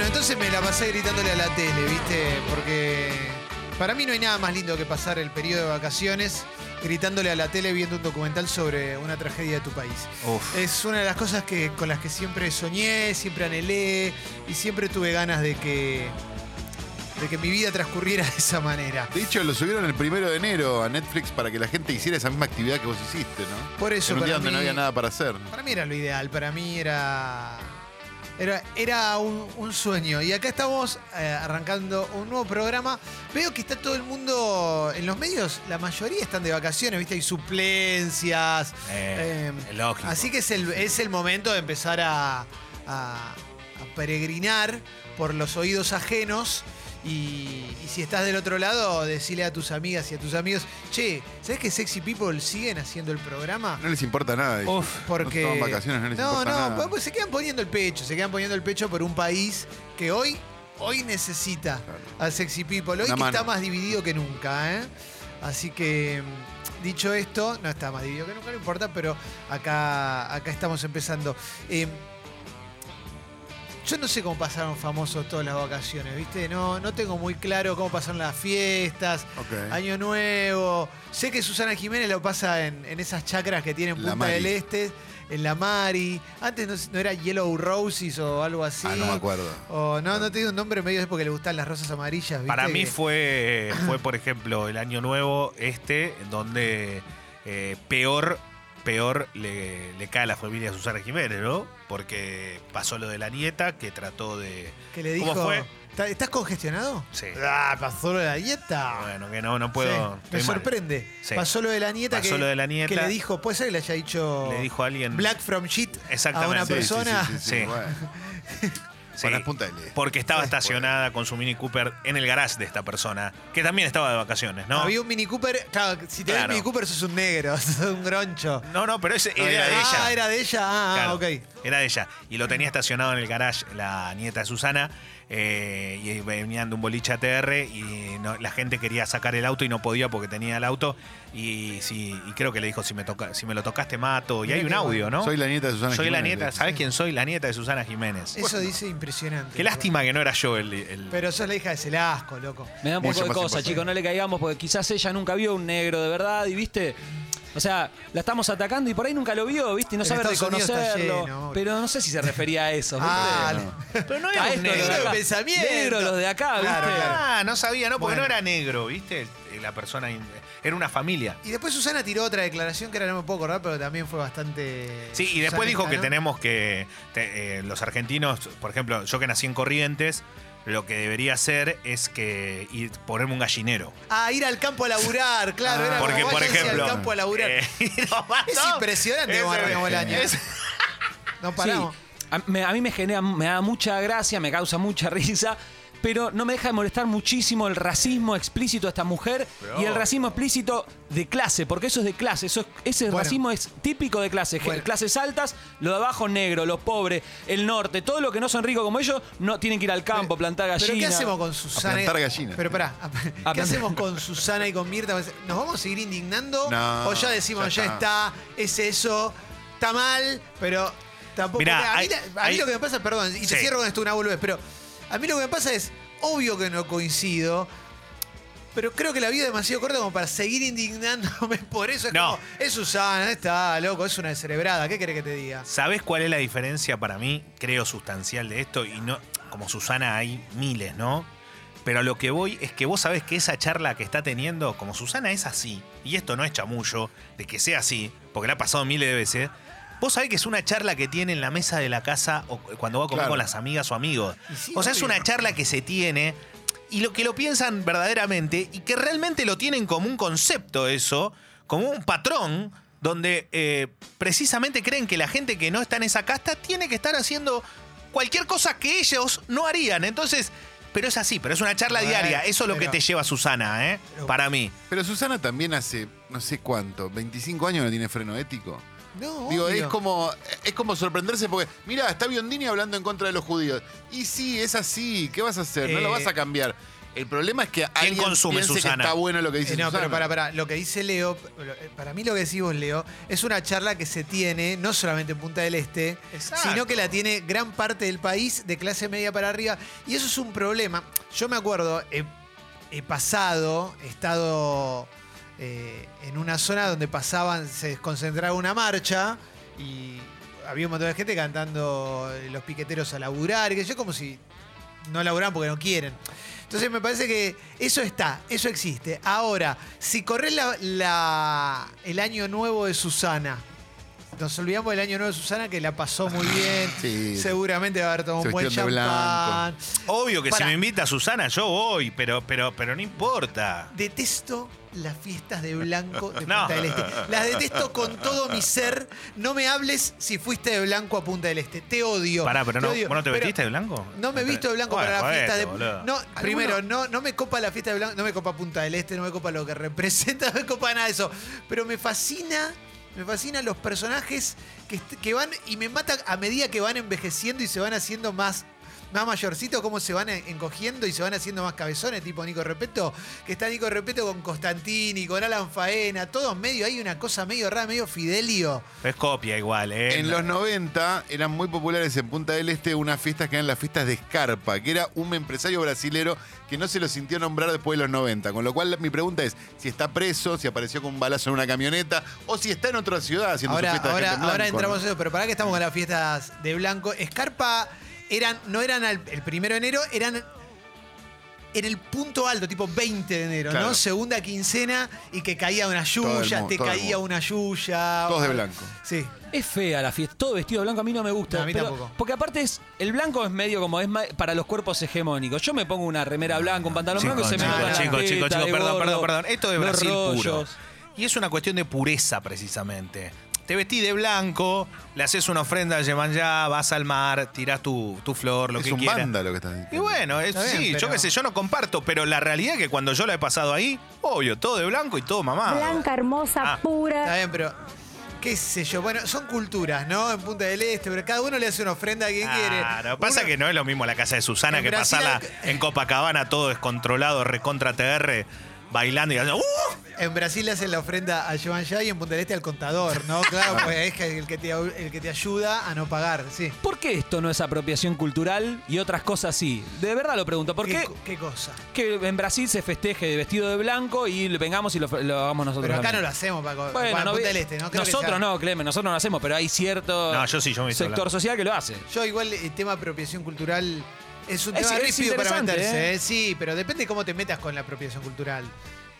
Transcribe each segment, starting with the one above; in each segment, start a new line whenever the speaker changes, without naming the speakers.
Entonces me la pasé gritándole a la tele, ¿viste? Porque para mí no hay nada más lindo que pasar el periodo de vacaciones gritándole a la tele viendo un documental sobre una tragedia de tu país.
Uf.
Es una de las cosas que, con las que siempre soñé, siempre anhelé y siempre tuve ganas de que, de que mi vida transcurriera de esa manera.
De hecho, lo subieron el primero de enero a Netflix para que la gente hiciera esa misma actividad que vos hiciste, ¿no?
Por eso,
En un
para
día donde no
mí-
había nada para hacer.
Para mí era lo ideal, para mí era. Era, era un, un sueño. Y acá estamos eh, arrancando un nuevo programa. Veo que está todo el mundo en los medios, la mayoría están de vacaciones, ¿viste? Hay suplencias. eh,
Eh, es lógico.
así que es el, es el momento de empezar a, a- a peregrinar por los oídos ajenos. Y, y si estás del otro lado, decile a tus amigas y a tus amigos, che, ¿sabes que Sexy People siguen haciendo el programa?
No les importa nada. dice.
Uf,
Porque.
No toman vacaciones, no les
No,
importa
no,
nada.
pues, pues se quedan poniendo el pecho, se quedan poniendo el pecho por un país que hoy, hoy necesita
Claro.
al sexy people. Hoy
Una
que está
mano.
más dividido que nunca, ¿eh? Así que. mm, Dicho esto, no está más dividido que nunca, no importa, pero acá, acá estamos empezando. Eh, yo no sé cómo pasaron famosos todas las vacaciones, ¿viste? No, no tengo muy claro cómo pasaron las fiestas,
Ok. Ah,
Año Nuevo. Sé que Susana Jiménez lo pasa en, en esas chacras que tiene en
La
Punta
Mari.
del Este, en La Mari. Antes no, sé, no era Yellow Roses o algo así.
Ah, no me acuerdo.
O no, no te digo un nombre medio es porque le gustan las rosas amarillas. ¿viste?
Para mí
Que-
fue, fue, por ejemplo, el año nuevo este, en donde eh, peor, peor le, le cae a la familia de Susana Jiménez, ¿no? Porque pasó lo de la nieta, que trató de...
que le
¿Cómo
dijo.
fue?
"¿Está- ¿Estás congestionado?
Sí.
Ah, pasó lo de la nieta.
Bueno, que no, no
Sí,
puedo...
me
estoy mal.
sorprende.
Sí.
Pasó lo de la nieta
Pasó
que,
lo de la nieta.
que le dijo, puede ser que le haya dicho
Le dijo a alguien...
Black from shit a
Exactamente.
una
Sí, sí,
persona.
Sí, sí, sí,
Sí.
bueno.
Sí,
Con las puntas del este.
porque estaba estacionada con su Mini Cooper en el garage de esta persona, que también estaba de vacaciones, ¿no?
Había un Mini Cooper. Claro, si te
Claro.
ves Mini Cooper sos un negro, sos un groncho.
No, no, pero ese
No,
era
era-
de ella.
Ah, era de ella. Ah,
Claro,
ok.
Era de ella. Y lo tenía estacionado en el garage la nieta de Susana. eh, y venían de un boliche ATR y no- la gente quería sacar el auto y no podía porque tenía el auto. Y, sí, y creo que le dijo, si me, toca, si me lo tocaste mato. Y
Mirá
hay un
qué
audio, ¿no?
Soy la nieta de Susana
Soy la
Jiménez,
nieta.
le dice.
¿Sabes quién soy? La nieta de Susana Jiménez.
Eso dice impresionante.
Qué lástima que no era yo el... el-
Pero sos la hija de Celasco, loco.
Me da un
Mucho
poco de
más
cosa,
importante.
chicos, no le caigamos porque quizás ella nunca vio un negro de verdad y viste. O sea, la estamos atacando y por ahí nunca lo vio, ¿viste? Y no
En
sabe
Estados Unidos está
reconocerlo.
lleno, Mauro.
pero no sé si se refería a eso, ¿viste?
Ah,
Pero no
A
era un
esto, los
negro.
de
Negro
acá.
de pensamiento.
Negro, los de acá, ¿viste?
Claro, claro.
Ah, no sabía, ¿no? Porque
Bueno.
no era negro, ¿viste? Eh, La persona... in- Era una familia.
Y después Susana tiró otra declaración que ahora no me puedo acordar, pero también fue bastante.
Sí, y después dijo
susanista,
que
¿no?
tenemos que, te- eh, los argentinos, por ejemplo, yo que nací en Corrientes, lo que debería hacer es que ir, ponerme un gallinero.
Ah, ir al campo a laburar, claro.
Ah,
era
Porque,
como,
por
váyanse
ejemplo...
Al campo a laburar.
eh, y nos mató.
es impresionante cómo
Ese-
arrancamos el año.
ese-
No
Sí,
paramos.
a, me- a mí me genera, me da mucha gracia, me causa mucha risa, pero no me deja de molestar muchísimo el racismo explícito de esta mujer y el racismo explícito de clase, porque eso es de clase, eso es- ese
Bueno.
racismo es típico de clase, gen-
Bueno.
clases altas, lo de abajo negro, los pobres, el norte, todos los que no son ricos como ellos no tienen que ir al campo, plantar gallinas.
Pero ¿qué hacemos con Susana?
A plantar gallinas.
Pero pará,
A
¿qué
plantar-
hacemos con Susana y con Mirta? Pues, ¿Nos vamos a seguir indignando?
No,
o ya decimos, ya,
ya
está. es eso, está mal, pero tampoco.
Mirá,
Porque a, mí,
hay-
la- a mí
hay-
lo que me pasa, perdón, y te
Sí.
cierro con esto una boludez, pero a mí lo que me pasa es, obvio que no coincido. Pero creo que la vida es demasiado corta como para seguir indignándome por eso. Es
No.
como, es Susana, está loco, es una descerebrada, ¿qué querés que te diga?
¿Sabés cuál es la diferencia para mí, creo, sustancial de esto? Y no, como Susana hay miles, ¿no? Pero a lo que voy es que vos sabés que esa charla que está teniendo, como Susana es así, y esto no es chamullo, de que sea así, porque la ha pasado miles de veces, vos sabés que es una charla que tiene en la mesa de la casa o cuando va a comer
Claro.
con las amigas o amigos.
Y sí,
o sea, es
obvio.
una charla que se tiene y lo que lo piensan verdaderamente y que realmente lo tienen como un concepto eso, como un patrón donde eh, precisamente creen que la gente que no está en esa casta tiene que estar haciendo cualquier cosa que ellos no harían. Entonces, pero es así, pero es una charla
Bueno,
diaria. Eso es lo que
pero-
te lleva Susana, ¿eh?
Pero-
Para mí.
Pero Susana también hace, no sé cuánto, 25 años no tiene freno ético.
No,
Digo, es
obvio.
como, es como sorprenderse porque, mira, está Biondini hablando en contra de los judíos. Y sí, es así, ¿qué vas a hacer? No
Eh,
lo vas a cambiar. El problema es que alguien
consume,
piense que
Susana?
está bueno lo que dice
Eh, no,
Susana.
pero para, para, lo que dice Leo, para mí lo que decís vos, Leo, es una charla que se tiene, no solamente en Punta del Este,
Exacto.
sino que la tiene gran parte del país, de clase media para arriba, y eso es un problema. Yo me acuerdo, he, he pasado, he estado eh, en una zona donde pasaban, se desconcentraba una marcha y había un montón de gente cantando eh, los piqueteros a laburar, y que yo como si no laburan porque no quieren. Entonces me parece que eso está, eso existe. Ahora, si corres la- la- el año nuevo de Susana, nos olvidamos del año nuevo de Susana que la pasó muy bien,
Sí.
seguramente va a haber tomado
Se
un buen
vistió de blanco.
champán.
Obvio que
Pará.
si me invita Susana, yo voy, pero, pero, pero no importa.
Detesto las fiestas de blanco de
No.
Punta del Este. Las detesto con todo mi ser. No me hables si fuiste de blanco a Punta del Este. Te odio.
Pará, pero no,
Te odio.
¿vos no te
Pero-
vestiste de blanco?
No me he visto de blanco
Bueno,
para la
jodete,
fiesta de.
boludo.
No, primero, no, no me copa la fiesta de blanco, no me copa Punta del Este, no me copa lo que representa, no me copa nada de eso. Pero me fascina, me fascinan los personajes que, est- que van y me mata a medida que van envejeciendo y se van haciendo más. Más mayorcitos, cómo se van e-, encogiendo y se van haciendo más cabezones, tipo Nico Repeto, que está Nico Repeto con Constantini, con Alan Faena, todos medio, hay una cosa medio rara, medio Fidelio.
Es copia igual, ¿eh?
En los 90 eran muy populares en Punta del Este unas fiestas que eran las fiestas de Escarpa, que era un empresario brasilero que no se lo sintió nombrar después de los 90. Con lo cual, mi pregunta es: si está preso, si apareció con un balazo en una camioneta, o si está en otra ciudad haciendo
Ahora,
su fiesta de
ahora,
gente en
ahora
blanco,
entramos en
¿no?
eso, pero para que estamos con las fiestas de blanco. Escarpa eran, no eran al- el primero de enero, eran en el punto alto, tipo 20 de enero, ¿no?
Claro.
Segunda quincena y que caía una
el
lluvia,
mundo,
te
todo el
caía
mundo.
una lluvia.
Todos de blanco.
Sí.
Es fea la fiesta, todo vestido de blanco a mí no me gusta.
No, a mí
pero-
tampoco.
Porque aparte es, el blanco es medio como es ma- para los cuerpos hegemónicos. Yo me pongo una remera blanca, un pantalón
Chicos,
blanco y se me
chicos,
van las
chicos,
tetas,
chicos, chicos,
el
perdón,
gorro,
perdón, perdón. Esto es
los
Brasil puro.
rollos.
Y es una cuestión de pureza, precisamente. Te vestís de blanco, le haces una ofrenda a Yemanjá, vas al mar, tirás tu, tu flor, lo
es
que
un
quieras.
vándalo que estás diciendo.
Y bueno, es-
Está bien,
sí, yo
pero-
qué sé, yo no comparto, pero la realidad es que cuando yo la he pasado ahí, obvio, todo de blanco y todo mamá.
Blanca, hermosa,
Ah.
pura.
Está bien, pero. ¿Qué sé yo? Bueno, son culturas, ¿no? En Punta del Este, pero cada uno le hace una ofrenda a quien quiere.
Claro, pasa
Uno-
que no es lo mismo la casa de Susana
En
que
Brasil
pasarla
hay-
en Copacabana todo descontrolado, recontra TR, bailando y haciendo ¡Uh!
En Brasil le hacen la ofrenda a Joan Ya y en Punta del Este al contador, ¿no? Claro, pues es que el que, te, el que te ayuda a no pagar, sí.
¿Por qué esto no es apropiación cultural y otras cosas sí? De verdad lo pregunto. ¿Por qué,
co- ¿Qué cosa?
que en Brasil se festeje de vestido de blanco y lo vengamos y lo, lo hagamos nosotros?
Pero acá no
también?
lo hacemos, Paco.
Bueno,
Bueno,
no
Punta
vi-
del Este, ¿no? Creo que sea-
Nosotros no, Clemen, nosotros no lo hacemos, pero hay cierto
No, yo sí, yo me hice
sector
blanco.
social que lo hace.
Yo igual el tema apropiación cultural es un
Es-
tema
es
rípido para
interesante,
meterse, ¿eh? Sí, pero depende cómo te metas con la apropiación cultural.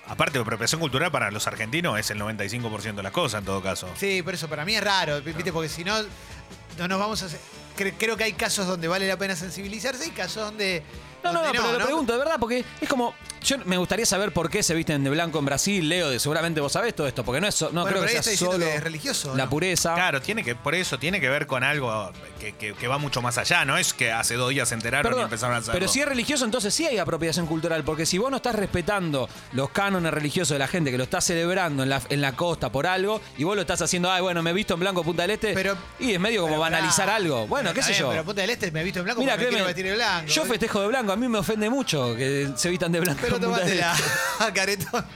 Aparte, apropiación cultural para los argentinos es el 95% de las cosas en todo caso.
Sí, por eso para mí es raro, ¿viste? Porque si no, no nos vamos a... hacer- cre- Creo que hay casos donde vale la pena sensibilizarse y casos donde...
No, no,
donde
no, pero lo
¿no?
pregunto, de verdad, porque es como. Yo me gustaría saber por qué se visten de blanco en Brasil, Leo, de- seguramente vos sabés todo esto, porque no es so- no
Bueno, pero ahí
creo que
está
sea
diciendo
solo
que es religioso,
la
¿no?
pureza.
Claro, tiene que, por eso tiene que ver con algo que, que- que va mucho más allá, no es que hace dos días se enteraron y
Perdón,
empezaron a hacerlo.
pero si es religioso, entonces sí hay apropiación cultural, porque si vos no estás respetando los cánones religiosos de la gente que lo está celebrando en la, en la costa por algo, y vos lo estás haciendo, ay, bueno, me he visto en blanco Punta del Este,
Pero-
y es medio como
Pero,
banalizar
claro.
algo. Bueno, qué
Está
sé
bien,
yo.
Pero Punta del Este me he visto de blanco
Mira,
porque me quiero vestir de blanco. ¿eh?
yo festejo de blanco, a mí me ofende mucho que se vistan de blanco.
Pero
en Punta del
tómatela,
Este.
caretón.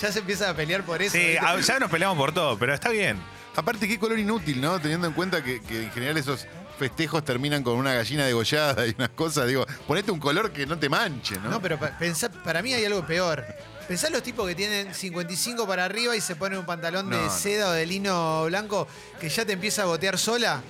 ya se empieza a pelear por eso.
Sí,
¿viste?
a- ya nos peleamos por todo, pero está bien.
Aparte, qué color inútil, ¿no? Teniendo en cuenta que, que en general esos festejos terminan con una gallina degollada y unas cosas. Digo, ponete un color que no te manche, ¿no?
No, pero pa- pensá- para mí hay algo peor. Pensá los tipos que tienen 55 para arriba y se ponen un pantalón
No,
de
no.
seda o de lino blanco que ya te empieza a gotear sola.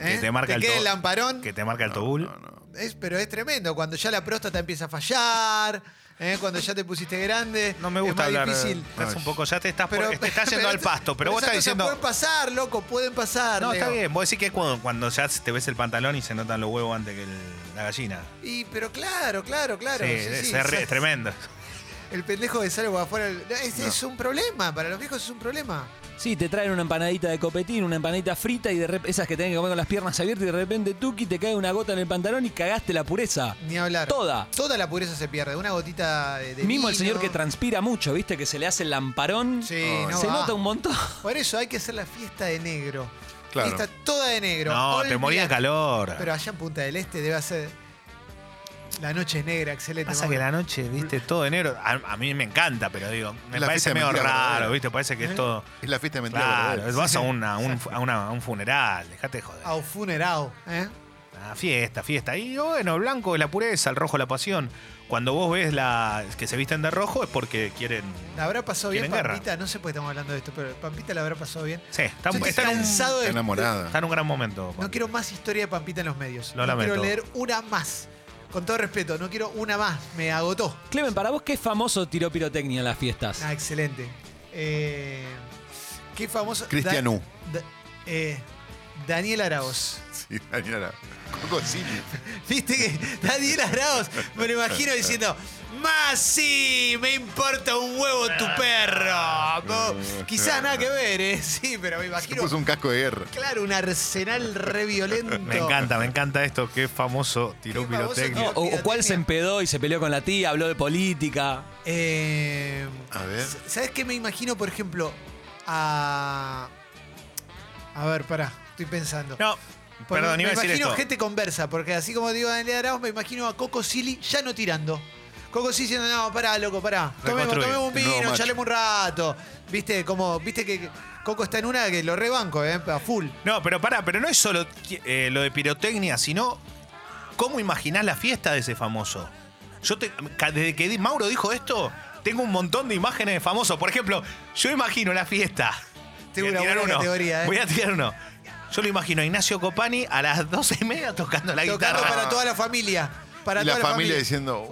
¿Eh?
Que te marca el
queda
to-
el lamparón.
Que te marca el tobul.
Es- pero es tremendo. Cuando ya la próstata empieza a fallar, ¿eh? cuando ya te pusiste grande.
No me gusta
es más
hablar.
difícil.
Estás un poco, ya te estás, por- te estás yendo
pero
al
es-
pasto, pero vos
esas
estás
cosas
diciendo.
Pueden pasar, loco, pueden pasar.
No, está
Leo.
bien. Vos decís que es cuando, cuando ya te ves el pantalón y se notan los huevos antes que el- la gallina.
Y, pero claro, claro, claro.
sí,
sí,
es,
sí,
es re-
sí.
es tremendo.
El pendejo de salgo afuera. del- Es, es un problema, para los viejos es un problema.
Sí, te traen una empanadita de copetín, una empanadita frita y de rep- esas que tenés que comer con las piernas abiertas y de repente tuki te cae una gota en el pantalón y cagaste la pureza.
Ni hablar.
Toda.
Toda la pureza se pierde. Una gotita de. de
Mismo el
vino.
señor que transpira mucho, ¿viste? Que se le hace el lamparón.
Sí,
Oh,
no
se
va.
nota un montón.
Por eso hay que hacer la fiesta de negro.
Claro.
Fiesta toda de negro.
no, te
Olvidate.
morías de calor.
Pero allá en Punta del Este debe hacer. La noche es negra, excelente.
Pasa
vamos.
que la noche,
Mm.
viste, todo de negro. A, a mí me encanta, pero digo, me
La fiesta
parece
de
medio
mentira,
raro,
verdadero.
viste, parece
Eh.
que es todo.
Es la fiesta de mentira.
Claro,
verdadera.
vas a, una- a un, a una- a un funeral, dejate de joder.
A un funeral, ¿eh?
Ah, fiesta, fiesta. Y bueno, el blanco es la pureza, el rojo la pasión. Cuando vos ves la, que se visten de rojo es porque quieren.
¿La habrá pasado bien
Quieren guerra.
Pampita? No sé por qué estamos hablando de esto, pero Pampita la habrá pasado bien.
Sí, está,
Yo estoy
está en, un,
cansado
Está
de-
enamorada.
está en un gran momento.
No quiero más historia de Pampita en los medios.
Lo
no quiero
lamento.
leer una más. Con todo respeto, no quiero una más. Me agotó.
Clemen, para vos, ¿qué famoso tiró pirotecnia en las fiestas?
Ah, excelente. Eh, qué famoso.
Cristian U.
Da- eh, Daniel Araoz.
Sí, Daniela. Coco Silly.
Viste que Daniel Araoz me lo imagino diciendo. Más sí, me importa un huevo tu perro. No, quizás nada que ver, ¿eh? Sí, pero me
Se
imagino.
puso un casco de guerra.
Claro, un arsenal re violento.
Me encanta, me encanta esto. Qué famoso tiró
Qué famoso
pirotecnia.
No, o, o cuál se empedó y se peleó con la tía, habló de política.
Eh,
A ver.
s- ¿Sabes qué me imagino, por ejemplo, a. A ver, pará, estoy pensando.
No,
Porque
perdón,
me
iba a decir
imagino
esto.
gente conversa, porque así como digo a Daniel Arauz, me imagino a Coco Silly ya no tirando. Coco Silly diciendo, no, pará, loco, pará. Tomemos,
Reconstruir.
tomemos un
El nuevo
vino,
macho.
charlemos un rato. Viste, como, viste que Coco está en una que lo rebanco, eh, a full.
No, pero pará, pero no es solo eh, lo de pirotecnia, sino cómo imaginás la fiesta de ese famoso. Yo te- ca- desde que di- Mauro dijo esto, tengo un montón de imágenes de famosos. Por ejemplo, yo imagino la fiesta.
Tengo
Voy
una
a tirar
buena
uno.
categoría, eh.
Voy a tirar uno. Yo lo imagino a Ignacio Copani a las 12 y media tocando la
Tocando
guitarra.
para toda la familia. Para
y la
toda
familia,
la familia
diciendo,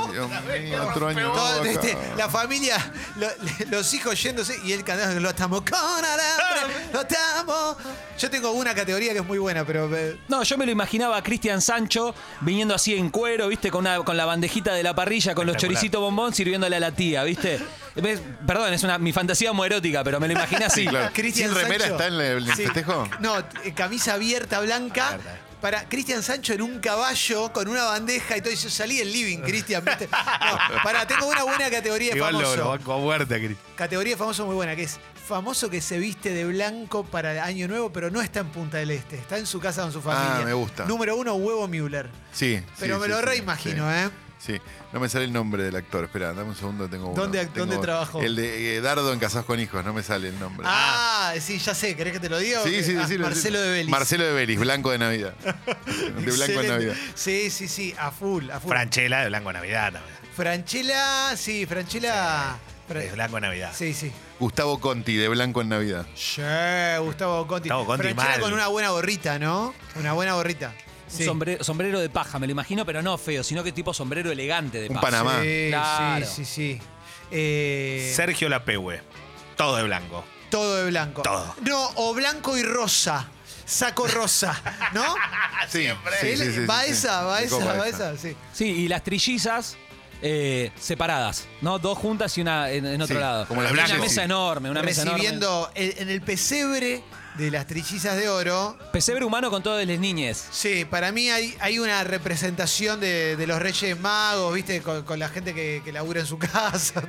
"Uy, Dios mío, otro año.
Todo,
acá".
este, la familia, lo- los hijos yéndose y él cantando lo estamos con
Ah.
alambre, lo estamos. Yo tengo una categoría que es muy buena, pero eh,
No, yo me lo imaginaba a Cristian Sancho viniendo así en cuero, ¿viste? Con, una- con la bandejita de la parrilla, con los
Espectacular.
choricitos bombón, sirviéndole a la tía, ¿viste? ¿Ves? Perdón, es una, mi fantasía homoerótica, pero me lo imaginé así.
Sí, claro.
Cristian
¿Sin remera
Sancho.
está en el, en el
Sí.
festejo? Ah,
no, eh, camisa abierta blanca.
Abierta.
Para Cristian Sancho en un caballo con una bandeja y todo, y yo salí del living, Cristian. ¿viste? No, para, tengo una buena categoría de
Igual lo-
famoso.
lo banco a muerte, Cris.
Categoría de famoso muy buena, que es famoso que se viste de blanco para el año nuevo, pero no está en Punta del Este, está en su casa con su familia.
Ah, me gusta.
Número uno, huevo Müller.
Sí. sí,
Pero me
sí,
lo
sí,
reimagino,
sí.
¿eh?
Sí, no me sale el nombre del actor. Espera, dame un segundo, tengo uno.
¿Dónde-
Tengo
dónde trabajó?
El de eh, Dardo en Casados con Hijos, no me sale el nombre.
Ah, sí, ya sé, ¿querés que te lo diga?
sí, sí,
Ah,
sí, sí,
Marcelo
sí.
de Belis.
Marcelo de Belis, blanco de Navidad. de blanco de
Excelente.
Navidad.
Sí, sí, sí, a full, a full.
Franchella de Blanco Navidad también.
Franchella, sí, Franchella. Fra-
De Blanco Navidad.
Sí, sí.
Gustavo Conti, de blanco en Navidad.
Sí, Gustavo Conti.
Gustavo Conti
Franchella
mal.
con una buena gorrita, ¿no? Una buena gorrita. Sí.
Un sombre- sombrero de paja, me lo imagino, pero no feo, sino que tipo sombrero elegante de
Un
paja.
Panamá.
Sí,
Claro.
sí, sí, sí. Eh,
Sergio Lapeue. Todo de blanco.
Todo de blanco.
Todo.
No, o blanco y rosa. Saco rosa, ¿no?
Sí,
Ah, Él- va esa, va esa, va esa, sí.
Sí, y las trillizas eh, separadas, ¿no? Dos juntas y una en, en otro
Sí,
lado.
como las
una
blancas, sí.
mesa enorme, una mesa enorme.
Recibiendo el- en el pesebre de las trillizas de oro.
Pesebre humano con todas las niñas.
Sí, para mí hay, hay una representación de, de los Reyes Magos, ¿viste? Con, con la gente que, que labura en su casa.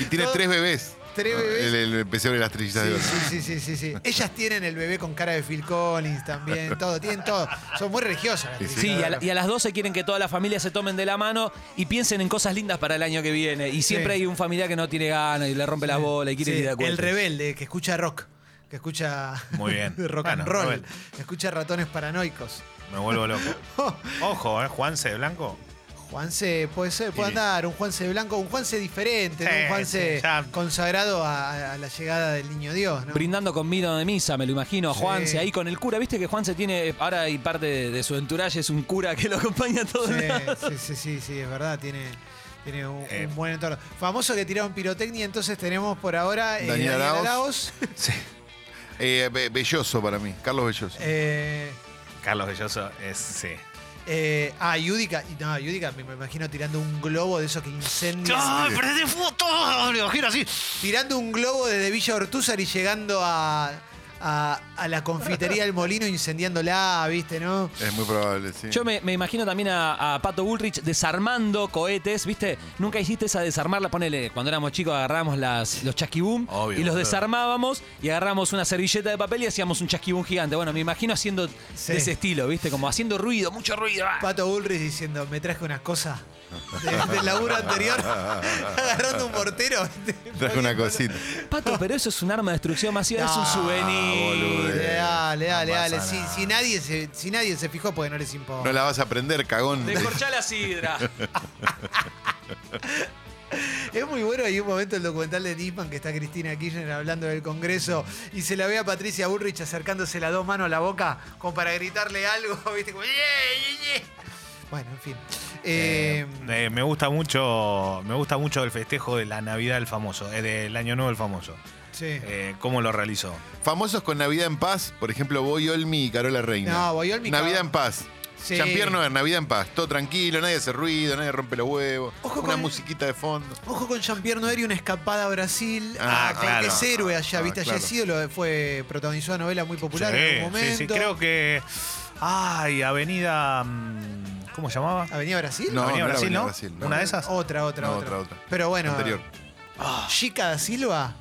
Y tiene
Todo-
tres bebés.
Tres bebés.
El, el pesebre de las trillizas de
Sí,
oro.
sí, sí, sí, sí, sí. Ellas tienen el bebé con cara de Phil Collins también, todo, tienen todo. Son muy religiosas las
Sí, sí.
Sí,
trillizas
y
de
a, la-
oro.
y a las 12 quieren que toda la familia se tomen de la mano y piensen en cosas lindas para el año que viene. Y siempre
Sí.
hay un familiar que no tiene ganas y le rompe las bolas y quiere
Sí,
ir de acuerdo.
El rebelde que escucha rock, que escucha
Muy bien.
rock and
Bueno,
roll,
rebelde.
que escucha ratones paranoicos.
Me vuelvo loco. Ojo, ¿eh? Juanse de blanco.
Juanse puede ser, puede
Sí.
andar, un Juanse blanco, un Juanse diferente, ¿no?
Sí,
un Juanse
sí, ya.
consagrado a, a la llegada del niño Dios, ¿no?
Brindando con vino de misa, me lo imagino, a
Sí.
Juanse ahí con el cura. Viste que Juanse tiene, ahora y parte de, de su entourage es un cura que lo acompaña a todo el lado.
Sí, sí, sí, sí, sí, es verdad, tiene, tiene un,
Eh.
un buen entorno. Famoso que tiraron pirotecnia, entonces tenemos por ahora eh,
Daniel
Daniel
Araoz.
Araoz,
Eh, Be- Belloso para mí, Carlos Belloso.
eh,
Carlos Belloso es. Sí.
eh, ah, Yudica, y no, Yudica me me imagino tirando un globo de esos que incendian.
¡Ay, pero de foto! Imagino así.
Tirando un globo desde Villa Ortúzar y llegando a, a, a la confitería del molino incendiándola, ¿viste, no?
Es muy probable, sí.
Yo me, me imagino también a, a Pato Bullrich desarmando cohetes, ¿viste? Nunca hiciste esa desarmarla, ponele, cuando éramos chicos agarrábamos las, los chasquiboom
Obvio,
y los
claro.
desarmábamos y agarramos una servilleta de papel y hacíamos un chasquiboom gigante. Bueno, me imagino haciendo
Sí.
de ese estilo, ¿viste? Como haciendo ruido, mucho ruido. ¡ah!
Pato Bullrich diciendo, me traje unas cosas de- del laburo anterior, agarrando un mortero. ¿viste?
Traje una cosita.
Pato, pero eso es un arma de destrucción masiva, es un
Ah,
souvenir.
boludo.
Dale, dale, dale,
eh. No pasa
dale. Si,
nada.
si nadie se, si nadie se fijó, porque no les importa.
No la vas a prender, cagón.
Descorchá la sidra.
Es muy bueno, hay un momento el documental de Nisman que está Cristina Kirchner hablando del Congreso y se la ve a Patricia Burrich acercándose las dos manos a la boca como para gritarle algo, ¿viste? Como, "Yeah, yeah, yeah". Bueno, en fin. Eh,
Eh, me gusta mucho me gusta mucho el festejo de la Navidad del famoso, eh, del Año Nuevo del famoso.
sí.
Eh, ¿Cómo lo realizó?
Famosos con Navidad en Paz, por ejemplo, Boy Olmi y Carola Reina.
No, Boy Olmi,
Navidad
cagón.
en Paz.
Sí.
Jean-Pierre Noer, Navidad en Paz. Todo tranquilo, nadie hace ruido, nadie rompe los huevos.
Ojo
una
con-
musiquita de fondo.
Ojo con Jean-Pierre Noer y una escapada a Brasil.
Ah,
porque
claro.
Es héroe allá,
Ah,
¿viste? Allá
claro.
es ídolo, fue, protagonizó una novela muy popular
Sí,
en algún momento.
sí, sí, creo que. Ay, Avenida. mm, ¿Cómo se llamaba?
¿Avenida Brasil?
No,
Avenida
no era
Brasil,
Avenida
¿no?
Brasil, no.
Una de esas.
Otra, otra,
No,
otra.
otra, otra.
Pero bueno. Ah.
Anterior.
Chica da Silva.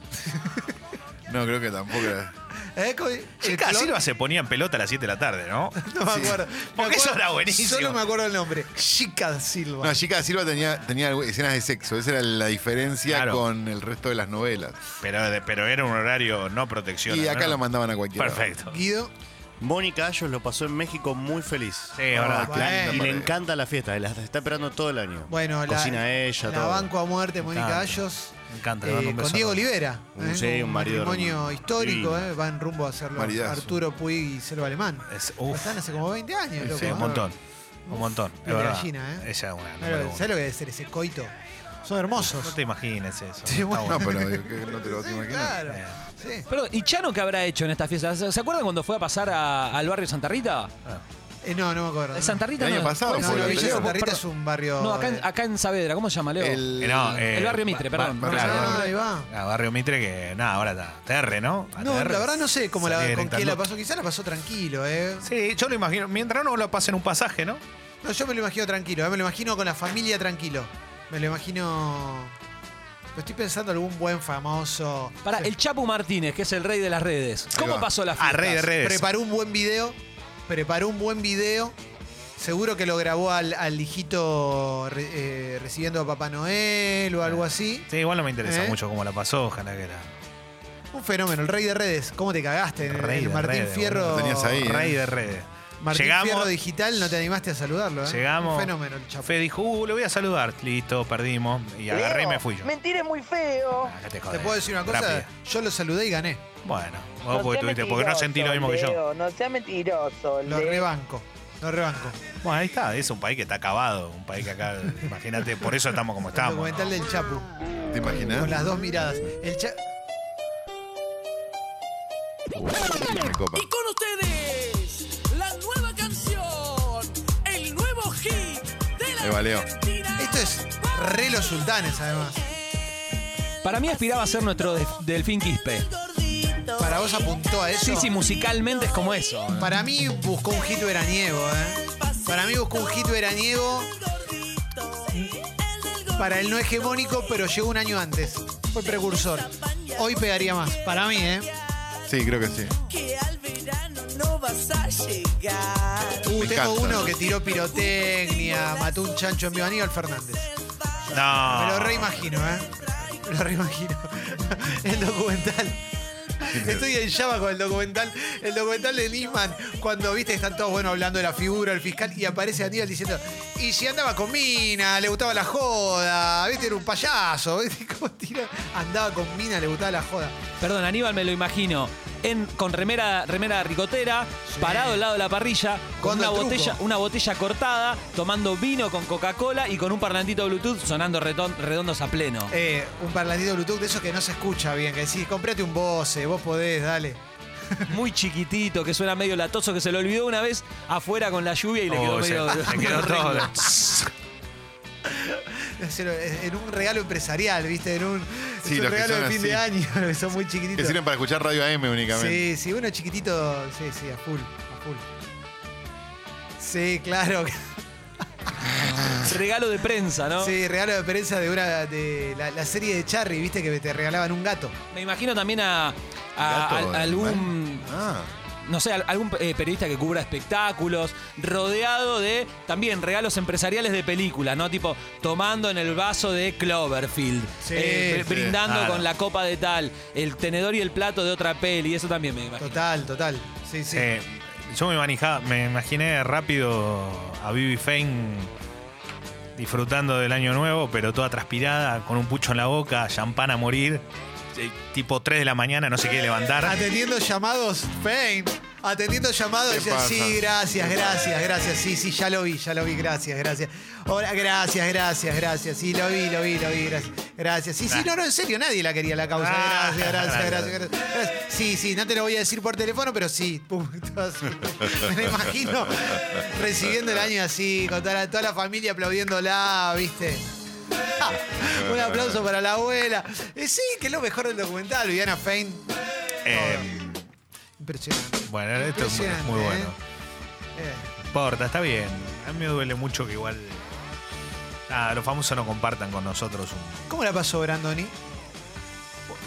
No, creo que tampoco. era.
¿Eh? Co- el
Chica
clon-
Silva se ponía en pelota a las 7 de la tarde, ¿no?
No me
Sí.
acuerdo. Me
Porque eso
acuerdo-
era buenísimo.
Solo me acuerdo el nombre. Chica da Silva.
No, Chica da Silva tenía, tenía algo- escenas de sexo. Esa era la diferencia
Claro.
con el resto de las novelas.
Pero, de- pero era un horario no protección.
Y
al
acá
menos.
lo mandaban a cualquiera.
Perfecto.
Guido.
Mónica Ayos lo pasó en México muy feliz. Ah,
Sí, es verdad.
qué lindo
Y le
pareja.
encanta la fiesta, eh, la está esperando todo el año.
Bueno, la,
Cocina ella,
la
todo.
banco a muerte, Mónica
encanta.
Ayos.
Me encanta, le mando un beso
con Diego
enorme.
Olivera. ¿eh?
Un- sí, un marido
matrimonio
hermoso.
histórico,
Divino.
eh, van rumbo a hacerlo
Maridazo.
Arturo Puig y Selva Alemán.
Es- uf.
Están hace como 20 años, loco.
Sí,
¿eh?
un montón. Un montón.
Piel
Es
de
verdad.
gallina, ¿eh?
Ella es una.
Claro,
número uno.
¿Sabes lo que debe ser ese coito? Son
No
hermosos.
te imagines eso.
Sí, bueno.
No, pero eh, que no te lo
Sí,
imaginas.
claro.
Eh.
Sí.
Perdón, ¿y Chano qué habrá hecho en esta fiesta? ¿Se se acuerdan cuando fue a pasar a- al barrio Santa Rita?
Eh, no, no me acuerdo.
¿El Santa Rita
El
no
año
es-
pasado
por eso
No,
fue
lo
la
el
vi
Villa
yo.
anterior.
Santa Rita es un barrio.
No, acá en, acá en Saavedra, ¿cómo se llama, Leo?
El-
El,
Eh, no, eh,
barrio Mitre,
ba-
perdón.
ba-
Barrio
claro,
Ah,
Mitre.
ahí va.
Ah, barrio Mitre que, nada, ahora está. Terre, ¿no? A
No,
Terre
la verdad no sé cómo la,
salía
con quién la
directando.
pasó. Quizá la pasó tranquilo, ¿eh?
Sí, yo lo imagino. Mientras no lo pasen un pasaje, ¿no?
No, yo me lo imagino tranquilo. eh, Me lo imagino con la familia tranquilo. Me lo imagino... Lo estoy pensando algún buen famoso...
Para el Chapu Martínez, que es el rey de las redes. ¿Cómo
va.
pasó la
A
fiesta?
red de redes.
Preparó un buen video. Preparó un buen video. Seguro que lo grabó al, al hijito re- eh, recibiendo a Papá Noel o algo así.
Sí, igual no me interesa
¿Eh?
mucho cómo la pasó, ojalá que era.
Un fenómeno, el rey de redes. ¿Cómo te cagaste? El,
Rey
el
de
Eh, Martín
redes,
Fierro.
boludo. Lo tenías ahí. Sí, ¿eh?
Rey de redes.
Martín Fierro
llegamos,
Digital, no te animaste a saludarlo, ¿eh?
llegamos.
Un fenómeno el chapo.
Fe dijo, uh, lo voy a saludar. Listo, perdimos. Y agarré y me fui yo.
Mentir es muy feo.
Ah, que
Te
joder.
puedo decir una cosa,
Rápido.
yo lo saludé y gané.
Bueno, vos porque
seas
tuviste, porque no sentí lo mismo que yo.
Leo, No sea mentiroso,
Lo
Leo.
rebanco. Lo rebanco.
Bueno, ahí está, es un país que está acabado, un país que acá, imagínate, por eso estamos como
El
estamos. ¿Eh?
documental
¿no?
del Chapu.
¿Te imaginas?
Con las dos miradas. El Cha-
Uh, me copa.
Y con ustedes, la nueva canción, el nuevo hit de la
Ahí va, Leo.
Argentina.
Esto es re los sultanes, además.
Para mí aspiraba a ser nuestro def- Delfín Quispe.
Para vos apuntó a eso.
Sí, sí, musicalmente es como eso.
Para mí buscó un hit veraniego, ¿eh? Para mí buscó un hit veraniego. Para el no hegemónico, pero llegó un año antes. Fue precursor. Hoy pegaría más. Para mí, ¿eh?
Sí, creo que sí.
Que al verano no vas a llegar.
Uh,
Me
tengo
encanta.
uno que tiró pirotecnia, mató un chancho en vivo, Aníbal Fernández. Me lo
No.
reimagino, ¿eh? Me lo reimagino. El documental. Estoy en llama con el documental. El documental de Nisman, cuando viste, están todos bueno hablando de la figura, el fiscal, y aparece Aníbal diciendo, y si andaba con mina, le gustaba la joda, viste, era un payaso, viste, cómo tira, andaba con mina, le gustaba la joda.
Perdón, Aníbal me lo imagino. En, con remera, remera ricotera,
Sí.
parado al lado de la parrilla, con
Jugando
una
al truco.
botella, una botella cortada, tomando vino con Coca-Cola y con un parlantito Bluetooth sonando reton- redondos a pleno.
Eh, un parlantito Bluetooth de esos que no se escucha bien, que decís, comprate un Bose, vos podés, dale.
Muy chiquitito, que suena medio latoso, que se lo olvidó una vez afuera con la lluvia y le
Oh,
quedó
se-
medio.
se quedó todo.
se lo- en un regalo empresarial, ¿viste? En un, es
Sí,
un
los que
regalo de
son
fin de año, los que son muy
Que
chiquititos.
sirven para escuchar Radio AM únicamente.
Sí, sí, uno chiquitito, sí, sí, a full, a full. Sí, claro.
Regalo de prensa, ¿no?
Sí, regalo de prensa de una de la, la serie de Charry, viste que te regalaban un gato.
Me imagino también a, a-
Gato,
Ah, al- algún,
Ah,
no sé, al- algún eh, periodista que cubra espectáculos, rodeado de también regalos empresariales de películas, ¿no? Tipo, tomando en el vaso de Cloverfield,
Sí,
eh, br-
sí,
brindando
claro.
con la copa de tal, el tenedor y el plato de otra peli, eso también me imagino.
Total, total. Sí, sí.
Eh, yo me, manija- me imaginé rápido a Bibi Fein disfrutando del año nuevo, pero toda transpirada, con un pucho en la boca, champán a morir, eh, tipo 3 de la mañana, no se quiere levantar.
Atendiendo llamados, Fein. Atendiendo llamados,
¿Qué
decía,
pasa?
sí, gracias, gracias, gracias. Sí, sí, ya lo vi, ya lo vi, gracias, gracias. Ahora, gracias, gracias, gracias. Sí, lo vi, lo vi, lo vi, gracias. Gracias. Sí, sí, no, no, en serio, nadie la quería la causa.
Ah,
Gracias, gracias,
claro.
gracias, gracias, gracias. Sí, sí, no te lo voy a decir por teléfono, pero sí. Pum, todo así. Me lo imagino recibiendo el año así, con toda la, toda la familia aplaudiéndola, ¿viste? Un aplauso para la abuela. Eh, sí, que es lo mejor del documental, Viviana Fein.
Eh,
Impresionante.
bueno, esto es muy,
Impresionante,
muy bueno.
Eh,
No importa, está bien. A mí me duele mucho que igual... Ah, los famosos no compartan con nosotros un...
¿Cómo la pasó Brandoni?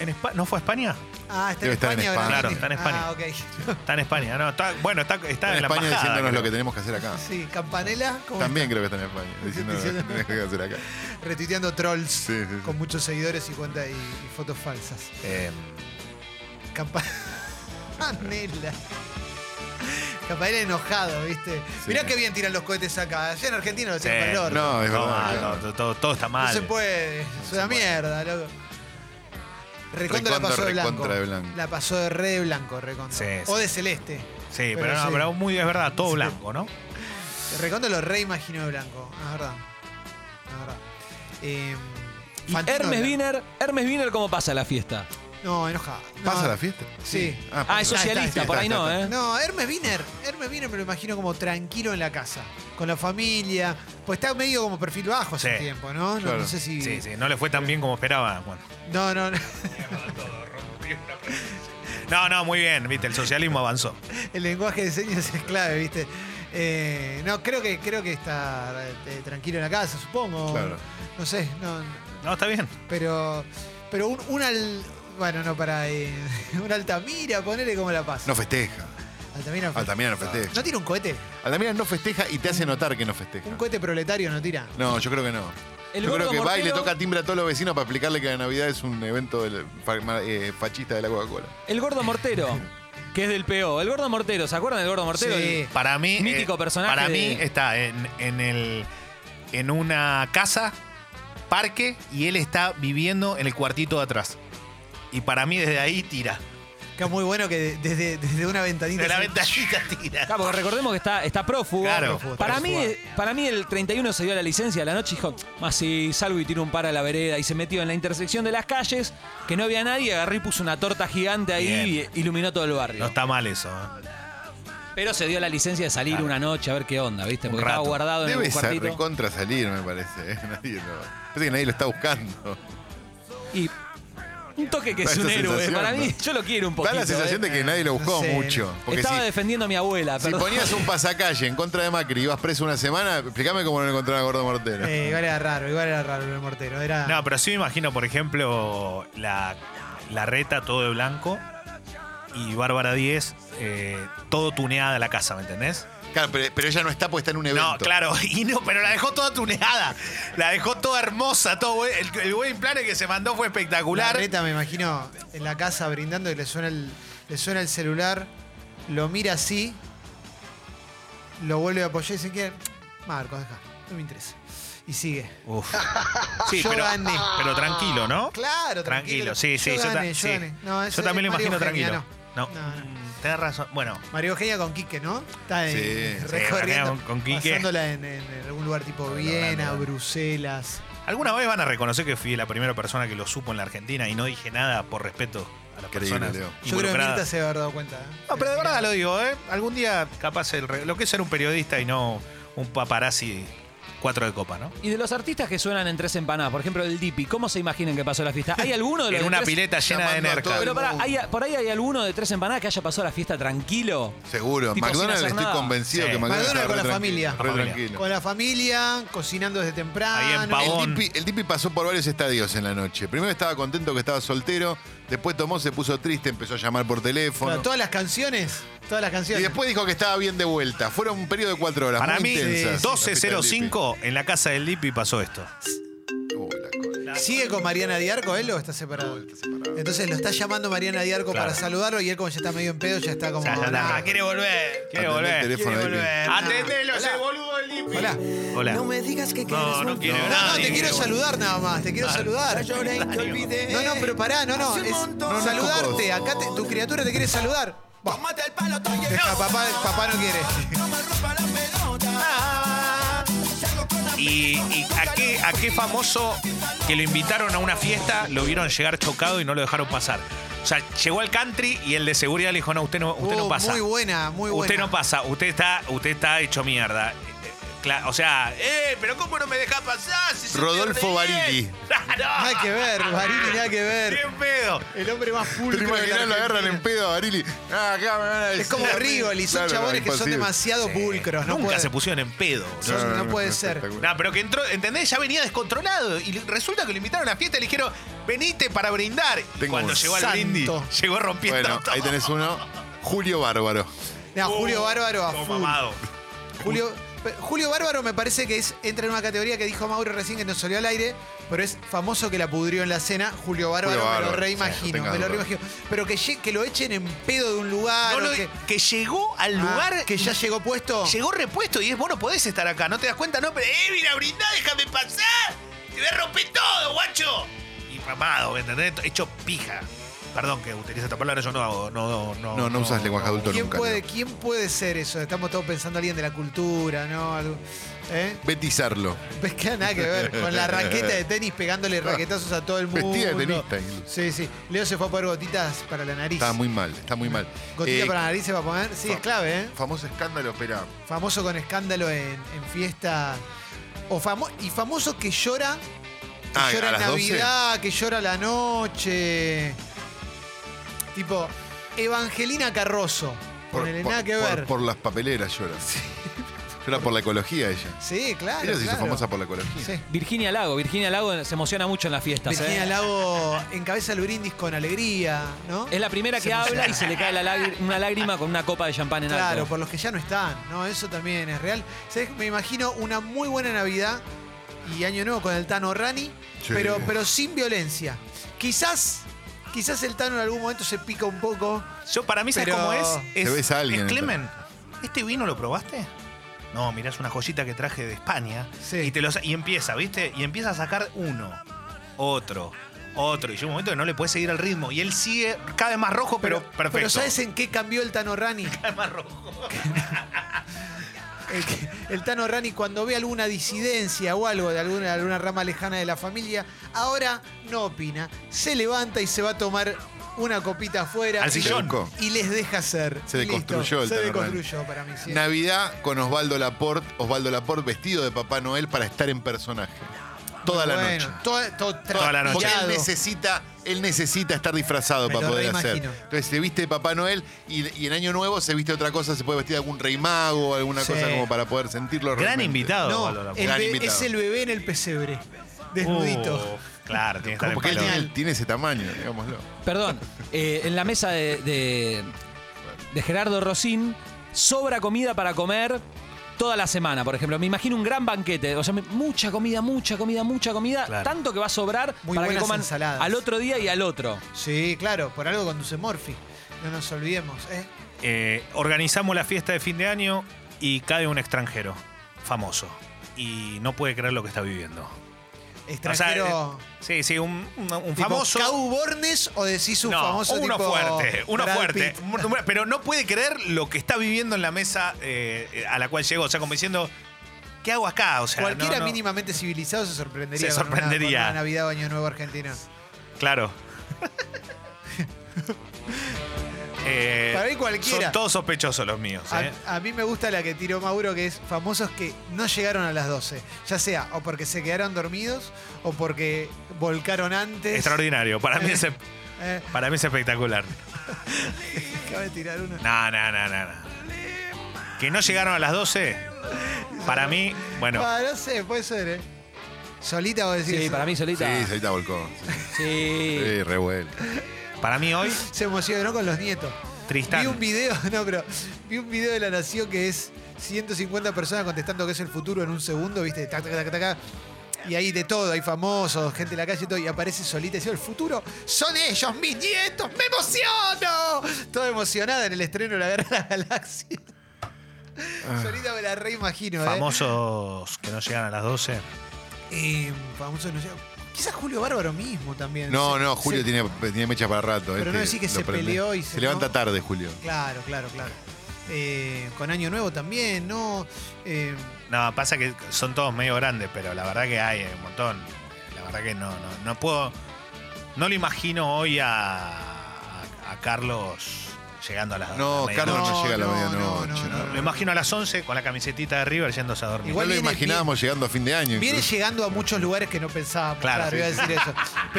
¿En Espa- ¿No fue a España?
Ah, está en
Debe estar en
España,
España.
Brandoni.
Claro, está en España.
Ah, ok.
Está en España, ¿no? Está, bueno, está, está
está en
en la
España
embajada,
diciéndonos
creo.
lo que tenemos que hacer acá.
Sí, Campanela ¿cómo
También creo que está en España diciéndonos lo que tenemos que hacer acá.
está? retuiteando trolls
Sí, sí, sí.
con muchos seguidores y cuentas y, y fotos falsas.
Eh,
Campanela. Campanela enojado, ¿viste?
Sí.
Mirá qué bien tiran los cohetes acá. Allá en Argentina lo
sí,
hacían con el horno.
No, es
eh, todo
verdad,
mal,
claro.
no, todo, todo está
No
mal.
se puede, es una mierda, loco. Recontra, la
Recontra,
pasó de blanco.
recontra de blanco.
La pasó de re de blanco, recontra.
Sí, sí.
O de celeste.
Sí, pero,
Pero
no,
sí.
pero muy es verdad, todo blanco, ¿no?
Recontra lo reimaginó de blanco, es verdad. Es verdad. Eh,
Y
Fantino
Hermes
de blanco.
Wiener, Hermes Wiener, ¿cómo pasa la fiesta?
No, enojada. No,
¿Pasa la fiesta?
Sí.
Ah, es
pasa.
socialista,
está,
por ahí
está,
no,
está.
¿eh?
No, Hermes Wiener. Hermes Wiener me lo imagino como tranquilo en la casa, con la familia. Pues está medio como perfil bajo hace
Sí.
tiempo, ¿no? No,
Claro.
no sé si.
Sí, sí, no le fue tan bien como esperaba. Bueno.
No, no, no.
No, no, muy bien, viste, el socialismo avanzó.
El lenguaje de señas es clave, ¿viste? Eh, no, creo que, creo que está eh, tranquilo en la casa, supongo.
Claro.
No sé, no,
No, está bien.
pero. Pero un, un al- bueno, no, para. Eh, un Altamira, ponele cómo la pasa.
No festeja.
Altamira, no-
Altamira no festeja.
¿No tira un cohete?
Altamira no festeja y te hace notar que no festeja.
¿Un cohete proletario no tira?
No, yo creo que no.
El
yo creo
gordo
que va y le
mortero-
toca timbre a todos los vecinos para explicarle que la Navidad es un evento del fa- ma- eh, fascista de la Coca-Cola.
El gordo mortero, que es del PO. El gordo mortero, ¿se acuerdan del gordo mortero?
Sí.
Eh, Para mí.
Mítico personaje
Para
de-
mí está en, en el. en una casa, parque, y él está viviendo en el cuartito de atrás. Y para mí desde ahí tira.
Que es muy bueno que desde, desde una ventanita.
De la
se-
ventanita tira.
Claro, porque recordemos que está, está prófugo.
Claro.
Para mí,
Prófugo.
para mí el 31 se dio la licencia a la noche y dijo, más si salgo y tiro un par a la vereda y se metió en la intersección de las calles, que no había nadie, agarré y puso una torta gigante ahí
Bien.
y iluminó todo el barrio.
No está mal eso. ¿eh?
Pero se dio la licencia de salir
Claro.
una noche a ver qué onda, ¿viste?
Un
Porque
rato.
estaba guardado en
Debe
un
sa-
cuartito.
recontra salir, me parece. ¿eh? Nadie lo- Parece que nadie lo está buscando.
Y un toque que
Da
es un
esta
héroe.
sensación,
Para
¿no?
mí, yo lo quiero un poquito.
Da la sensación
¿eh?
de que nadie lo buscó
sé.
mucho. Porque
Estaba
si,
defendiendo a mi
Ah,
abuela,
si
perdón.
ponías un pasacalle en contra de Macri y ibas preso una semana, explícame cómo no encontraron a Gordo Mortero.
Eh, igual era raro, igual era raro el mortero. Era.
No, pero sí me imagino, por ejemplo, la, la reta todo de blanco y Bárbara 10 todo tuneada la casa, ¿me entendés?
Claro, pero, pero ella no está porque está en un evento.
No, claro, y no, pero la dejó toda tuneada. La dejó toda hermosa, todo buen- el, el buen plan que se mandó fue
La
espectacular.
reta, me imagino, en la casa brindando y le suena el, le suena el celular, lo mira así, lo vuelve a apoyar y se queda. Marcos, deja, no me interesa. Y sigue.
Uf. Sí,
Yo
pero,
gané.
pero tranquilo, ¿no?
Claro, tranquilo.
Tranquilo, sí, sí.
Yo
Yo, ta-
gané, yo
sí.
gané. No, ese
Yo también lo
Mario
imagino
Eugenia,
tranquilo. No.
No, no.
Mm, tenés razón. Bueno,
María Eugenia con Quique, ¿no? Está ahí
Sí,
recorriendo.
sí, con- con Quique.
Pasándola en, en algún lugar tipo
Bueno,
Viena,
grande.
Bruselas.
alguna vez van a reconocer que fui la primera persona que lo supo en la Argentina y no dije nada por respeto a las
Increíble,
personas
Leo.
Yo creo que
involucradas.
Mirta se debe haber dado cuenta. ¿eh?
No, pero de verdad lo digo, ¿eh? Algún día capaz el re- lo que es ser un periodista y no un paparazzi cuatro de copa, ¿no?
Y de los artistas que suenan en tres empanadas, por ejemplo, el Dipi, ¿cómo se imaginan que pasó la fiesta? ¿Hay alguno de los
En
de
una
Tres-
pileta llena de
llamando a
nercas.
todo el
Pero pará, ¿hay- por ahí hay alguno de tres empanadas que haya pasado la fiesta tranquilo.
Seguro.
Tipo, sin
McDonald's
hacer
estoy
nada.
convencido
Sí.
que McDonald's.
McDonald's
está
con
re
la familia.
tranquilo, re
Con la familia.
tranquilo.
Con la familia, cocinando desde temprano.
Ahí en Pavón.
El Dipi, el Dipi pasó por varios estadios en la noche. Primero estaba contento que estaba soltero, después tomó, se puso triste, empezó a llamar por teléfono.
Bueno, todas las canciones, todas las
y
canciones.
después dijo que estaba bien de vuelta. Fueron un periodo de cuatro horas.
Para mí,
muy intensas. La
12.05 en la casa del Lipi pasó esto.
fiesta del Dipi. Uh, la cola.
¿Sigue con Mariana Diarco él o está separado? Entonces lo está llamando Mariana Diarco
Claro.
para saludarlo y él como ya está medio en pedo, ya está como...
Ya, ya,
"Nah".
ya, quiere volver. Quiere
Atendé el
volver.
teléfono
Quiere
del Lipi.
volver. Atendelo, ese boludo del Lipi.
Hola.
Hola.
me digas que
No, no quiere
No,
nada.
no, te
ni-
quiero saludar nada más, te quiero saludar. No, no, pero pará, no, no.
Hace un
Es
montón.
no, saludarte. Acá te- tu criatura te quiere saludar. Bah,
Tómate el palo, estoy
deja,
llegando.
papá, papá no quiere.
No me rompa la pelota. Salgo con la
¿Y, y a, qué, a qué famoso que lo invitaron a una fiesta, lo vieron llegar chocado y no lo dejaron pasar? O sea, llegó al country y el de seguridad le dijo, no, usted no, usted
Oh,
no pasa.
Muy buena, muy buena.
Usted no pasa, usted está, usted está hecho mierda. Eh, eh, cla- O sea, eh, pero ¿cómo no me deja pasar? Si soy
Rodolfo
re bien?"
Barili.
Claro.
Nada que ver, Barini, nada que ver.
Bien pedo.
El hombre más pulcro.
¿Te imaginas
de
lo
la
agarran en
Argentina.
pedo a Barili? Ah, acá me van a
Es como
decir.
Rigoli, son
Claro,
chabones que son
imposible.
demasiado pulcros. No
Nunca
puede,
se pusieron en pedo. boludo.
son- no puede ser.
Ah, espectacular.
No, pero que entró, ¿entendés? Ya venía descontrolado. Y le- resulta que lo invitaron a la fiesta y le dijeron, venite para brindar. Y
Tengo
cuando
un
llegó al
santo.
brindis, llegó rompiendo
Bueno,
todo.
ahí tenés uno. Julio Bárbaro.
No, Julio
Oh,
Bárbaro a
Como
full.
mamado.
Julio, pe- Julio Bárbaro me parece que es, entra en una categoría que dijo Mauro recién que nos salió al aire, pero es famoso que la pudrió en la cena. Julio Bárbaro,
Julio
me lo
Bárbaro, sí, no
reimagino,
tengas
me lo
duda.
reimagino. Pero que, lle- que lo echen en pedo de un lugar.
No,
o
lo-
Ah, que,
que, llegó al
ah,
lugar.
que ya
y-
llegó puesto.
Llegó repuesto y es, vos no podés estar acá, no te das cuenta, no, pero eh, mira, brindá, déjame pasar, te voy a romper todo, guacho. Y mamado, ¿me entendés? Hecho pija. Perdón que utilice esta palabra, yo no hago, no, no, no.
No, no usas lenguaje adulto
Oh, ¿Quién
nunca.
puede,
creo.
¿Quién puede ser eso? Estamos todos pensando alguien de la cultura, ¿no? Algo- ¿Eh?
Betizarlo.
Ves que nada que ver. Con la raqueta de tenis pegándole raquetazos a todo el mundo.
Vestida de tenista, incluso.
Sí, sí. Leo se fue a poner gotitas para la nariz.
Está muy mal, está muy mal.
Gotita
Eh,
para la nariz se va a poner. Sí, es clave, ¿eh?
Famoso escándalo, espera.
Famoso con escándalo en, en fiesta. O famo- y famoso que llora. Que
Ah,
llora
¿a
en
las 12?
Navidad, que llora a la noche. Tipo, Evangelina Carroso. Con el nada que
por-
ver.
por las papeleras llora. Llora por la ecología ella.
sí, claro.
ella se hizo
claro.
famosa por la ecología.
Sí.
Virginia Lago, Virginia Lago se emociona mucho en las fiestas. ¿eh?
Virginia Lago encabeza el brindis con alegría, ¿no?
Es la primera que
Se
habla
emociona.
y se le cae la lágri- una lágrima con una copa de champán en
Claro,
alto.
por los que ya no están, ¿no? Eso también es real. ¿Sabés? Me imagino una muy buena Navidad y Año Nuevo con el Tano Rani,
Sí.
pero, pero sin violencia. Quizás, quizás el Tano en algún momento se pica un poco.
Yo, para mí, ¿sabes
Pero-
cómo es? es
Te ves a alguien,
es Clemen, ¿este vino lo probaste? No, mirá, es una joyita que traje de España.
Sí.
Y, te lo sa- y empieza, ¿viste? Y empieza a sacar uno, otro, otro. Y llega un momento que no le puedes seguir el ritmo. Y él sigue cada vez más rojo, pero, perfecto.
Pero ¿sabes en qué cambió el Tano Rani?
Más rojo.
El, que- el Tano Rani cuando ve alguna disidencia o algo de alguna, alguna rama lejana de la familia, ahora no opina. Se levanta y se va a tomar una copita afuera.
Al
y-
sillón.
Loco.
Y les deja ser.
Se deconstruyó el
Se
Tano Rani.
deconstruyó para mí. sí.
Navidad con Osvaldo Laporte, Osvaldo Laporte vestido de Papá Noel para estar en personaje. Toda la
Bueno,
noche.
Toda, todo
Toda la noche.
Porque él
transpirado.
necesita, él necesita estar disfrazado
Me
para
lo
poder hacer.
reimagino.
Entonces se viste de Papá Noel y, y en Año Nuevo se viste otra cosa, se puede vestir de algún rey mago, alguna
Sí.
cosa como para poder sentirlo
Gran
realmente.
invitado. Valora.
No, el
Gran
be-
invitado.
es el bebé en el pesebre. Desnudito.
Uh, claro, tiene que estar
Como
en
porque él
palo.
tiene, tiene ese tamaño, digámoslo.
Perdón, eh, en la mesa de, de- de Gerardo Rosín sobra comida para comer toda la semana, por ejemplo. Me imagino un gran banquete, o sea, me- mucha comida, mucha comida, mucha comida,
Claro.
tanto que va a sobrar
Muy
para que
buenas
coman
ensaladas.
al otro día y al otro.
Uh.
Sí, claro, por algo conduce Morphy. No nos olvidemos. ¿eh?
Eh, organizamos la fiesta de fin de año y cae un extranjero famoso. Y no puede creer lo que está viviendo.
Extranjero.
O sea, eh, sí, sí, un, un- un
tipo,
famoso.
¿Cau Bornes o decís un
No,
famoso
uno
tipo
fuerte, uno
Brad
fuerte.
Pitt?
Pero no puede creer lo que está viviendo en la mesa eh, eh, a la cual llegó. O sea, como diciendo, ¿qué hago acá? O sea,
Cualquiera
no, no.
mínimamente civilizado se sorprendería,
Se
con una-
sorprendería.
Con una, Navidad o Año Nuevo argentino.
Claro. Eh,
Para mí cualquiera. Ah,
Son todos sospechosos los míos.
A,
eh.
a mí me gusta la que tiró Mauro, que es famosos que no llegaron a las 12. Ya sea o porque se quedaron dormidos o porque volcaron antes.
Extraordinario. Para mí, es,
Eh,
para mí es espectacular.
acabo de tirar una.
No, no, no, no, no. Que no llegaron a las 12. Para mí, bueno,
Ah, no sé, puede ser, ¿eh? Solita vos decís.
Sí, para mí solita.
Sí, Solita Volcón. Sí,
Sí.
sí revuelto.
para mí hoy,
Se emocionó con los nietos. Vi
Tristán.
un video, no, pero vi un video de la nación que es 150 personas contestando que es el futuro en un segundo, ¿viste? Tac, tac, tac, tac. Y ahí de todo, hay famosos, gente de la calle y todo, y aparece Solita y dice, el futuro son ellos, mis nietos, me emociono. Toda emocionada en el estreno de la Guerra de las Galaxias.
Ah.
Solita me la reimagino, ¿eh?
Famosos que no llegan a las 12.
Eh, famoso no sé. Quizás Julio Bárbaro mismo también.
No,
Se-
no, Julio
se-
tiene, tiene mecha para rato. este,
Pero no decís que
lo
se peleó y se-
Se levanta
¿no?
tarde, Julio.
Claro, claro, claro. Eh, con Año Nuevo también, ¿no? Eh,
No, pasa que son todos medio grandes, pero la verdad que hay, hay un montón. La verdad que no, no, no puedo. No lo imagino hoy a, a- a Carlos llegando a las 12.
No, Carlos no,
No,
llega a la
Ah, no,
medianoche.
no, no,
no.
Lo imagino a las 11 con la camisetita de River yéndose a dormir.
Igual
no lo
viene-
imaginábamos llegando a fin de año.
Viene
incluso.
llegando a muchos lugares que no pensábamos. Claro,
Claro,
iba a
sí.
decir eso.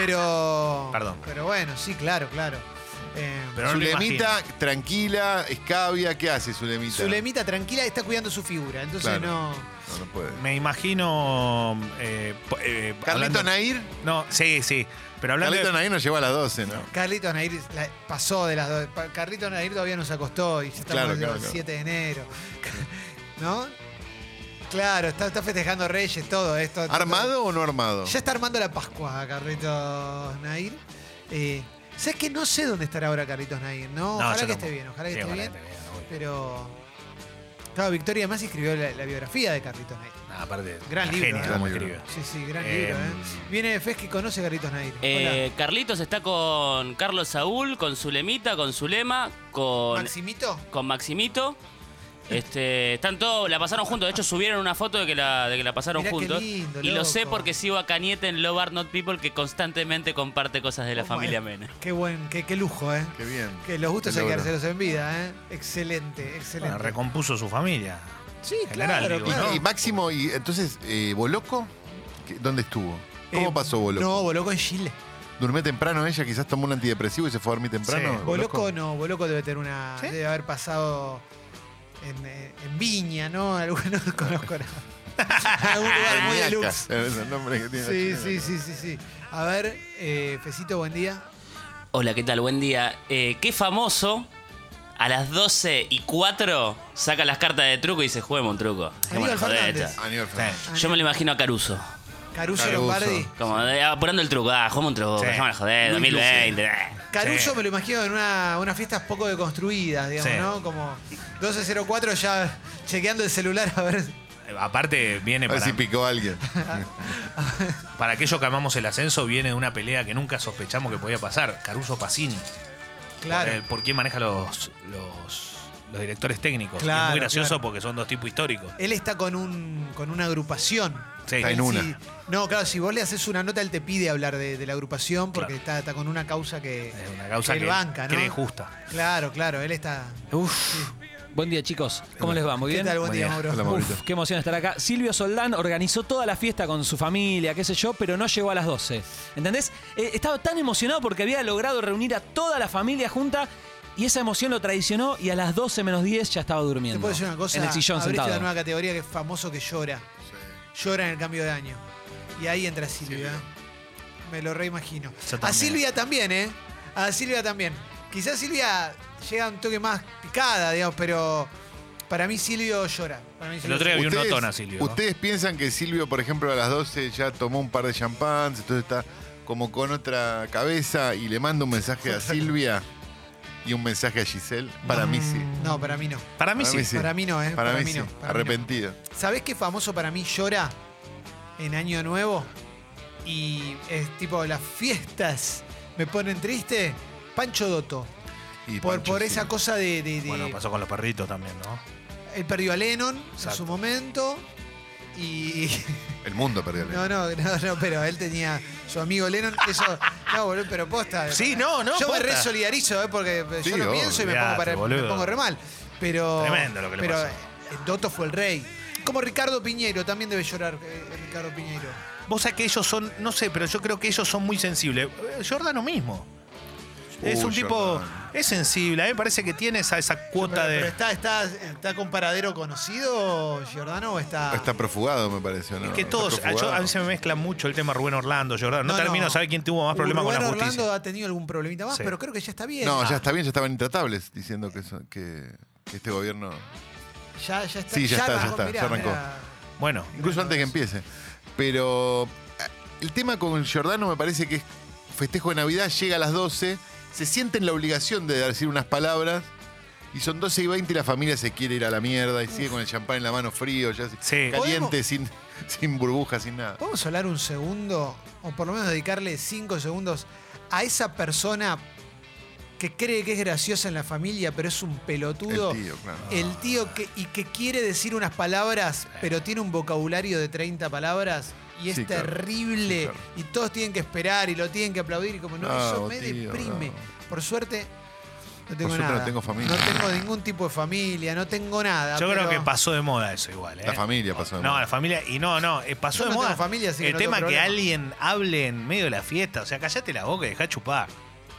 Pero.
Perdón.
Pero bueno, sí, claro, claro. Eh,
Pero no lo
Zulemita, tranquila, escabia, ¿qué hace Zulemita?
Zulemita tranquila está cuidando su figura, entonces
Claro.
no.
No, no puede.
Me imagino. eh, po- eh, hablando-
Carlito Nair,
No, sí, sí. Pero hablando.
Carlito
de-
Nair nos lleva a las 12, ¿no?
Carlitos Nair la- pasó de las dos. pa- Carlitos Nair todavía nos acostó y estamos
Claro,
en
claro,
el
claro.
7 de enero. ¿No? Claro, está, está festejando Reyes, todo esto.
¿Armado o no armado?
Ya está armando la Pascua, Carlitos Nair. Eh, ¿Sabes que no sé dónde estará ahora Carlitos Nair? No,
No,
ojalá que
yo tampoco.
esté bien, ojalá que
Sí,
esté
ojalá
bien.
que esté bien,
Pero. Claro, Victoria además escribió la, la biografía de Carlitos Nair.
obvio. No, aparte,
Gran
una
libro,
genia
¿eh?
como
Gran libro.
escribe.
Sí, sí, gran
Eh,
libro, ¿eh? Viene Fes que conoce a Carlitos Nair.
Eh, Carlitos está con Carlos Saúl, con Zulemita, con Zulema,
Hola.
con,
¿Maximito?
con Maximito. Este, están todos, la pasaron juntos. De hecho, subieron una foto de que la, de que la pasaron
Mirá qué
juntos.
lindo,
y lo sé
loco.
porque sigo a Cañete en Love Are Not People, que constantemente comparte cosas de la
Oh,
familia
my.
Mena.
Qué buen, qué, qué lujo, ¿eh?
Qué bien.
Que los gustos
Qué
hay que
logro.
hacerlos en vida, ¿eh? Excelente,
Bueno,
excelente.
recompuso su familia.
sí,
general,
claro,
digo,
Y-
claro.
Y, Máximo, y entonces, eh, ¿Boloco? ¿Qué- ¿Dónde estuvo? ¿Cómo
Eh,
pasó Boloco?
No, Boloco en Chile.
¿Durmió temprano ella? ¿Quizás tomó un antidepresivo y se fue a dormir temprano?
Sí.
Boloco, no, Boloco debe tener una. Debe haber pasado en, eh, en Viña, ¿no? Algún, no conozco nada. Algún lugar muy
Ah, Muñeca,
deluxe.
es el nombre que tiene la
Sí,
china.
sí, sí, sí, sí. A ver, eh, Fecito, buen día.
Hola, ¿qué tal? Buen día. Eh, qué famoso. A las 12 y 4 saca las cartas de truco y dice, juguemos un truco. Dejémonos
Aníbal
joder,
Fernández.
chao.
Aníbal
Sí.
Fernández.
Yo me lo imagino a Caruso.
Caruso,
Caruso.
Lombardi.
Como eh, apurando el truco, ah, juguemos un truco,
Sí.
dejémonos joder, 2020. eh.
Caruso
Sí.
me lo imagino en una, unas fiestas poco deconstruidas, digamos,
Sí.
¿no? Como 12.04 ya chequeando el celular a ver.
Eh, Aparte, viene
A ver
para,
si picó a alguien.
para aquellos que amamos el ascenso, viene de una pelea que nunca sospechamos que podía pasar. Caruso Pacini.
Claro.
Por, el- por quién maneja los, los, los directores técnicos. Y
Claro,
es muy gracioso
claro.
porque son dos tipos históricos.
Él está con un con una agrupación.
Sí.
Está en
Él
una.
sí- no, claro, si vos le haces una nota, él te pide hablar de, de la agrupación porque
Claro.
está, está con una causa que,
Es una causa
él
que
banca, ¿no?
cree justa.
Claro, claro, él está.
Uf. Buen día, chicos. ¿Cómo les va? ¿Muy
¿Qué
bien?
tal? Buen día,
Buen día.
Mauro.
Hola, Mauro. Maurito.
Uf, qué emoción estar acá. Silvio Soldán organizó toda la fiesta con su familia, qué sé yo, pero no llegó a las 12. ¿Entendés? Eh, estaba tan emocionado porque había logrado reunir a toda la familia junta y esa emoción lo traicionó y a las 12 menos 10 ya estaba durmiendo.
¿Te puedo decir una cosa?
En el sillón
Abriste
sentado.
la nueva categoría que es famoso que llora. Llora en el cambio de año. Y ahí entra Silvia. Me lo reimagino.
Yo
A
también.
Silvia también, ¿eh? A Silvia también. Quizás Silvia llega un toque más picada, digamos, pero para mí Silvio llora. Para mí
El
Silvio
otro día
llora.
vi un notón a Silvio.
¿Ustedes piensan que Silvio, por ejemplo, a las 12 ya tomó un par de champán, entonces está como con otra cabeza y le manda un mensaje a Silvia y un mensaje a Giselle? Para mí sí.
Mm, No, para mí no.
Para mí sí.
Para mí no, ¿eh?
Para, mí, sí.
no. para mí no.
Arrepentido.
¿Sabés qué famoso para mí llora en Año Nuevo? Y es tipo, las fiestas me ponen triste. Pancho Dotto.
Y
Por,
Pancho
por
sí.
esa cosa de. de- de-
Bueno, pasó con los perritos también, ¿no?
Él perdió a Lennon en
Exacto.
su momento. Y.
El mundo perdió el
No, no, no, no, pero él tenía su amigo Lennon, eso. No, boludo, pero posta.
Sí, no, no,
Yo me
posta.
re solidarizo, eh, porque
Sí,
yo lo
obvio.
pienso y me
Olvidate,
pongo, para, me
boludo.
pongo re mal. Pero.
Tremendo lo que le
pero,
pasó.
eh, Doto fue el rey. Como Ricardo Piñero, también debe llorar eh, Ricardo Piñero.
Vos sabés que ellos son, no sé, pero yo creo que ellos son muy sensibles. Eh, Giordano mismo. es
Uy,
un tipo,
Giordano.
es sensible, a mí me parece que tiene esa, esa
Pero,
cuota
pero
de...
está, está, está con paradero conocido, Giordano, o está.
Está profugado, me pareció. ¿no?
Que
Está
todos, a, yo-
profugado.
a mí se me mezcla mucho el tema Rubén Orlando, Giordano. No,
No,
termino
no.
de saber quién tuvo más problemas con la
Urbano
justicia.
Orlando ha tenido algún problemita más,
Sí.
pero creo que ya está bien.
No, ya
Ah,
está bien, ya estaban intratables diciendo que, eso- que- que este gobierno.
Ya, ya está.
Sí, ya está, ya está,
mirá,
ya arrancó.
mirá.
Bueno,
Incluso antes que empiece. Pero eh, el tema con Giordano me parece que es festejo de Navidad, llega a las 12, se siente en la obligación de decir unas palabras. Y son 12 y 20 y la familia se quiere ir a la mierda y sigue con el champán en la mano frío, ya
Sí.
caliente, sin, sin burbujas, sin nada.
¿Podemos hablar un segundo, o por lo menos dedicarle cinco segundos, a esa persona que cree que es graciosa en la familia, pero es un pelotudo?
El tío, claro.
El tío que, y que quiere decir unas palabras, pero tiene un vocabulario de 30 palabras y es
Sí, claro.
terrible.
Sí, claro.
Y todos tienen que esperar y lo tienen que aplaudir. Y como no,
No,
eso me
tío,
deprime.
no.
Por suerte, no tengo
suerte no
nada.
tengo familia.
No tengo ningún tipo de familia, no tengo nada.
yo creo
pero-
que pasó de moda eso igual. ¿eh?
La familia pasó de
No,
moda.
la familia. Y no, no, eh, pasó
Yo
de
no
moda.
tengo familia, así que
el
no tengo
tema que
problema.
alguien hable en medio de la fiesta. O sea, callate la boca y dejá chupar.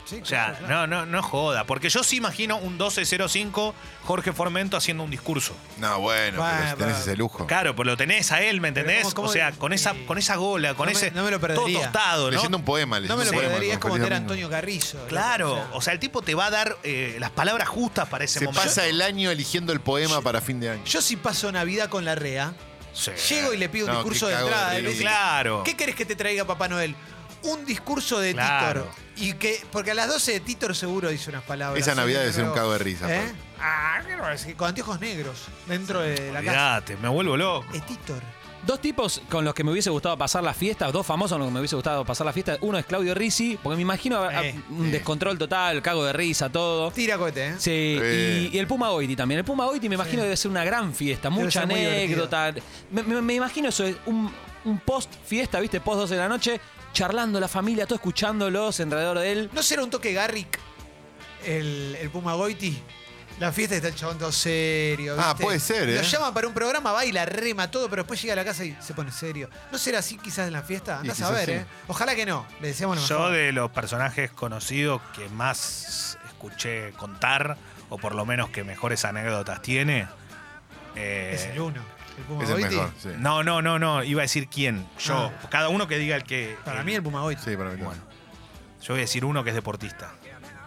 Sí,
O sea,
claro, claro.
no, no, no joda. Porque yo sí imagino un 1205 Jorge Formento haciendo un discurso.
No, bueno,
Bueno,
pero si tenés
pero-
ese lujo.
Claro, pues lo tenés a él, ¿me
Pero
entendés?
¿cómo- cómo-
o sea, con esa,
eh,
con esa gola, con
no me-
ese.
no me lo
todo
perdería.
tostado, ¿no?
Leyendo un poema,
No
leyendo
me lo
un poema.
perdería, es como
Juan
tener a
Felipe
Antonio Carrizo. ¿no? O
Claro.
sea,
O sea, el tipo te va a dar eh, las palabras justas para ese
Se
momento.
pasa el año eligiendo el poema para fin de año.
yo si paso Navidad con la REA,
Sí.
llego y le pido un
No,
discurso
qué
de
cago de
entrada.
risa.
le digo,
Claro.
¿Qué querés que te traiga Papá Noel? Un discurso de
Claro.
Titor. Y que, porque a las 12 de Titor seguro dice unas palabras.
Esa Navidad
Sí,
debe ser
pero-
un cago de risa,
¿Eh?
Pablo.
Ah, ¿qué no es? Con anteojos negros dentro de la casa.
Olvidate, me vuelvo loco.
Es Titor.
Dos tipos con los que me hubiese gustado pasar la fiesta, dos famosos con los que me hubiese gustado pasar la fiesta. Uno es Claudio Risi, porque me imagino a- a-
Eh,
un descontrol total, cago de risa, todo.
Tira cohete, ¿eh?
Sí,
Eh.
y, y el Puma Goiti también. El Puma Goiti me imagino
Sí.
debe ser una gran fiesta,
Debe
mucha
ser muy
anécdota. Me, me- me imagino eso, es un, un post fiesta, ¿viste? Post 12 de la noche, charlando la familia, todo escuchándolos alrededor de él.
¿No será un toque Garrick el, el Puma Goiti? La fiesta está el chabón todo serio.
Ah,
¿viste?
puede ser,
Lo
¿eh?
llaman para un programa, baila, rema todo, pero después llega a la casa y se pone serio. ¿No será así quizás en la fiesta?
Y
Andás a
quizás
ver,
sí.
¿eh? Ojalá que no. Le deseamos lo
Yo
mejor.
de los personajes conocidos que más escuché contar, o por lo menos que mejores anécdotas tiene. eh,
Es el uno. El Puma
Es el
Goiti.
mejor, sí.
no, no, no, no. Iba a decir quién. Yo. Cada uno que diga el que.
Ah. Para
el-
mí el Puma Goiti.
Sí, para mí
Bueno. Yo voy a decir uno que es deportista.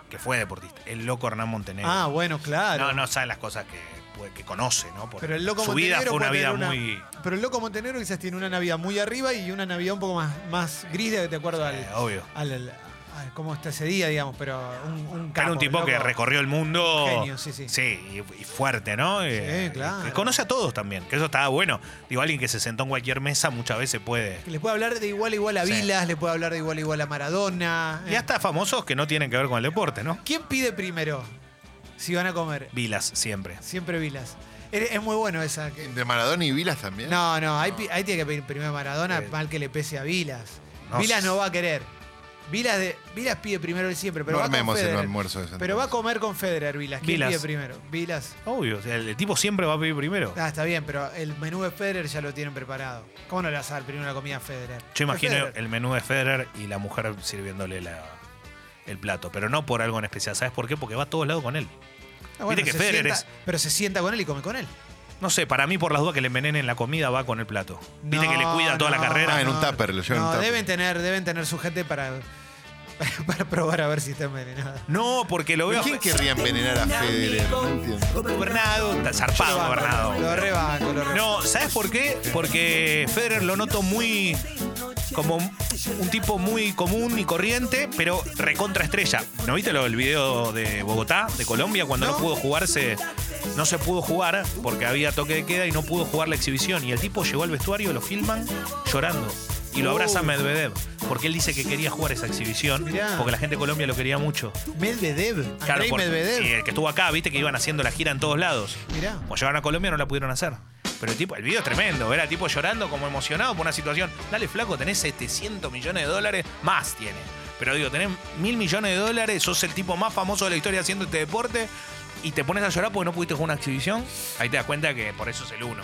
Que fue deportista. El loco Hernán Montenegro.
Ah, bueno, claro.
No, no saben las cosas que, puede- que conoce, ¿no? Porque
Pero el loco
su vida
Montenegro
fue una
puede
vida
tener
muy.
Pero el loco Montenegro quizás tiene una Navidad muy arriba y una Navidad un poco más, más gris de, de acuerdo al,
eh, obvio.
al, al- al- cómo está ese día, digamos, pero un, un
Era
capo,
un tipo
loco.
que recorrió el mundo.
Genio, sí, sí.
y, y fuerte, ¿no? Eh,
claro.
Y conoce a todos también, que eso estaba bueno. Digo, alguien que se sentó en cualquier mesa muchas veces puede.
Que le puede hablar de igual a igual a
Sí.
Vilas, le puede hablar de igual a igual a Maradona.
Y
eh.
hasta famosos que no tienen que ver con el deporte, ¿no?
¿Quién pide primero si van a comer?
Vilas siempre.
Siempre Vilas. Es, es muy bueno esa. que-
¿De Maradona y Vilas también?
No, no, ahí, pi- ahí tiene que pedir primero Maradona,
Eh.
mal que le pese a Vilas.
No
Vilas
sé.
no va a querer. Vilas, de, Vilas pide primero él siempre, pero
no
va con
armemos el
Federer.
almuerzo de ese
Pero va a
entonces.
comer con Federer, Vilas. ¿Quién
Vilas.
pide primero? Vilas.
Obvio, o sea, el tipo siempre va a pedir primero.
Ah, está bien, pero el menú de Federer ya lo tienen preparado. ¿Cómo no le vas a dar primero la comida a Federer?
Yo imagino
Federer.
el menú de Federer y la mujer sirviéndole la- el plato, pero no por algo en especial. ¿Sabes por qué? Porque va a todos lados con él.
Ah, bueno,
que
se
Federer
sienta-
es-
Pero se sienta con él y come con él.
No sé, para mí, por las dudas que le envenenen la comida, va con el plato. Viste
No,
que le cuida toda
no,
la carrera.
Ah, en un tupper, lo llevan en
No,
un tupper.
deben tener, deben tener su gente para, para, probar a ver si está envenenada.
No, porque lo veo.
¿Pero ¿Quién querría envenenar a Federer? No entiendo.
Gobernado, está
Lo
zarpado,
banco, Lo
gobernado.
rebanco, lo rebanco.
No, ¿sabes por qué? Porque Federer lo noto muy. como un tipo muy común y corriente, pero recontra estrella. ¿No viste lo, el video de Bogotá, de Colombia, cuando no,
No.
pudo jugarse? No se pudo jugar porque había toque de queda y no pudo jugar la exhibición. Y el tipo llegó al vestuario, lo filman llorando. Y lo abraza Medvedev, porque él dice que quería jugar esa exhibición,
Mirá.
porque la gente de Colombia lo quería mucho.
Medvedev.
Claro,
Andrei
por-
Medvedev.
Y el que estuvo acá, viste que iban haciendo la gira en todos lados.
Mirá.
Como llegaron a Colombia no la pudieron hacer. Pero tipo, el video es tremendo. Era tipo llorando como emocionado por una situación. Dale, flaco, tenés 700 millones de dólares. Más tiene. Pero digo, tenés mil millones de dólares. Sos el tipo más famoso de la historia haciendo este deporte. Y te pones a llorar porque no pudiste jugar una exhibición. Ahí te das cuenta que por eso es el uno.